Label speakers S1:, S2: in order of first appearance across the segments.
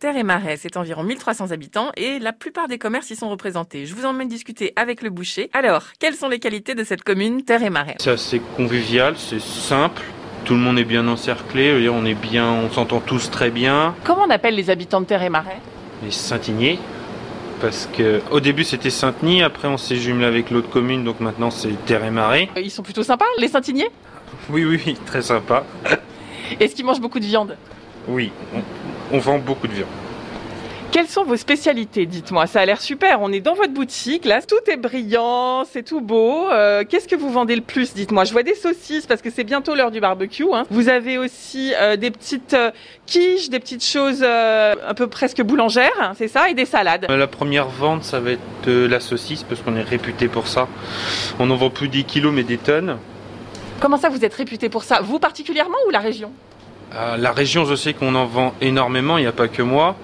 S1: Terre et Marais, c'est environ 1300 habitants et la plupart des commerces y sont représentés. Je vous emmène discuter avec le boucher. Alors, quelles sont les qualités de cette commune Terre et Marais
S2: C'est assez convivial, c'est simple. Tout le monde est bien encerclé, je veux dire, on est bien, on s'entend tous très bien.
S1: Comment on appelle les habitants de Terre et Marais
S2: Les Saint-Igné, parce que au début c'était Saint-Igné, après on s'est jumelé avec l'autre commune, donc maintenant c'est Terre et Marais.
S1: Ils sont plutôt sympas, les Saint-Igné
S2: Oui, oui, oui, très sympa.
S1: Est-ce qu'ils mangent beaucoup de viande
S2: Oui, on, on vend beaucoup de viande.
S1: Quelles sont vos spécialités Dites-moi, ça a l'air super. On est dans votre boutique, là, tout est brillant, c'est tout beau. Euh, Qu'est-ce que vous vendez le plus Dites-moi, je vois des saucisses parce que c'est bientôt l'heure du barbecue. hein. Vous avez aussi euh, des petites euh, quiches, des petites choses euh, un peu presque boulangères, hein, c'est ça, et des salades.
S2: Euh, La première vente ça va être de la saucisse, parce qu'on est réputé pour ça. On en vend plus des kilos mais des tonnes.
S1: Comment ça, vous êtes réputé pour ça Vous particulièrement ou la région
S2: Euh, la région, je sais qu'on en vend énormément, il n'y a pas que moi.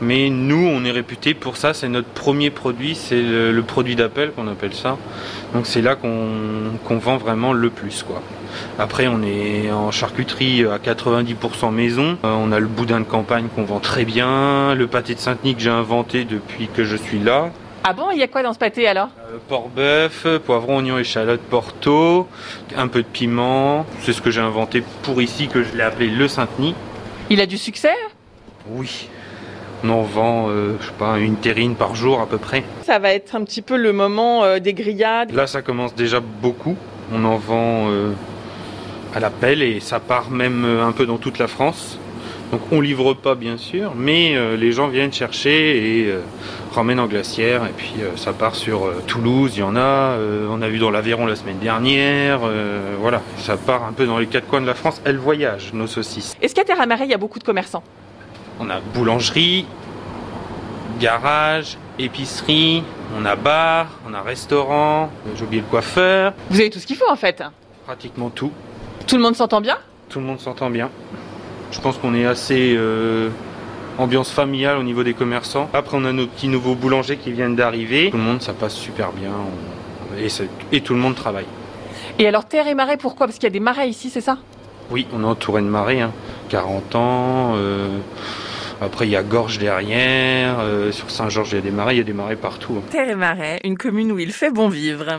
S2: Mais nous, on est réputé pour ça, c'est notre premier produit, c'est le, le produit d'appel qu'on appelle ça. Donc c'est là qu'on qu'on vend vraiment le plus. quoi. Après, on est en charcuterie à 90% maison. Euh, on a le boudin de campagne qu'on vend très bien, le pâté de Saint-Denis que j'ai inventé depuis que je suis là.
S1: Ah bon, il y a quoi dans ce pâté alors
S2: Euh, Porc-bœuf, poivron, oignon, échalote, porto, un peu de piment. C'est ce que j'ai inventé pour ici, que je l'ai appelé le Saint-Denis.
S1: Il a du succès
S2: Oui. On en vend, euh, je sais pas, une terrine par jour à peu près.
S1: Ça va être un petit peu le moment euh, des grillades.
S2: Là, ça commence déjà beaucoup. On en vend euh, à la pelle et ça part même euh, un peu dans toute la France. Donc on livre pas bien sûr, mais euh, les gens viennent chercher et euh, ramènent en glacière et puis euh, ça part sur euh, Toulouse, il y en a, euh, on a vu dans l'Aveyron la semaine dernière, euh, voilà, ça part un peu dans les quatre coins de la France, elles voyagent nos saucisses.
S1: Est-ce qu'à Terre il y a beaucoup de commerçants
S2: On a boulangerie, garage, épicerie, on a bar, on a restaurant, euh, j'ai oublié le coiffeur,
S1: Vous avez tout ce qu'il faut en fait.
S2: pratiquement tout.
S1: Tout le monde s'entend bien
S2: Tout le monde s'entend bien. Je pense qu'on est assez euh, ambiance familiale au niveau des commerçants. Après, on a nos petits nouveaux boulangers qui viennent d'arriver. Tout le monde, ça passe super bien. On- Et, c'est- et tout le monde travaille.
S1: Et alors terre et marais, pourquoi Parce qu'il y a des marais ici, c'est ça
S2: Oui, on est entouré de marées. hein. 40 ans. euh, Après, il y a Gorge derrière. euh, Sur Saint-Georges, il y a des marées. Il y a des marées partout. hein.
S1: Terre et Marais, une commune où il fait bon vivre.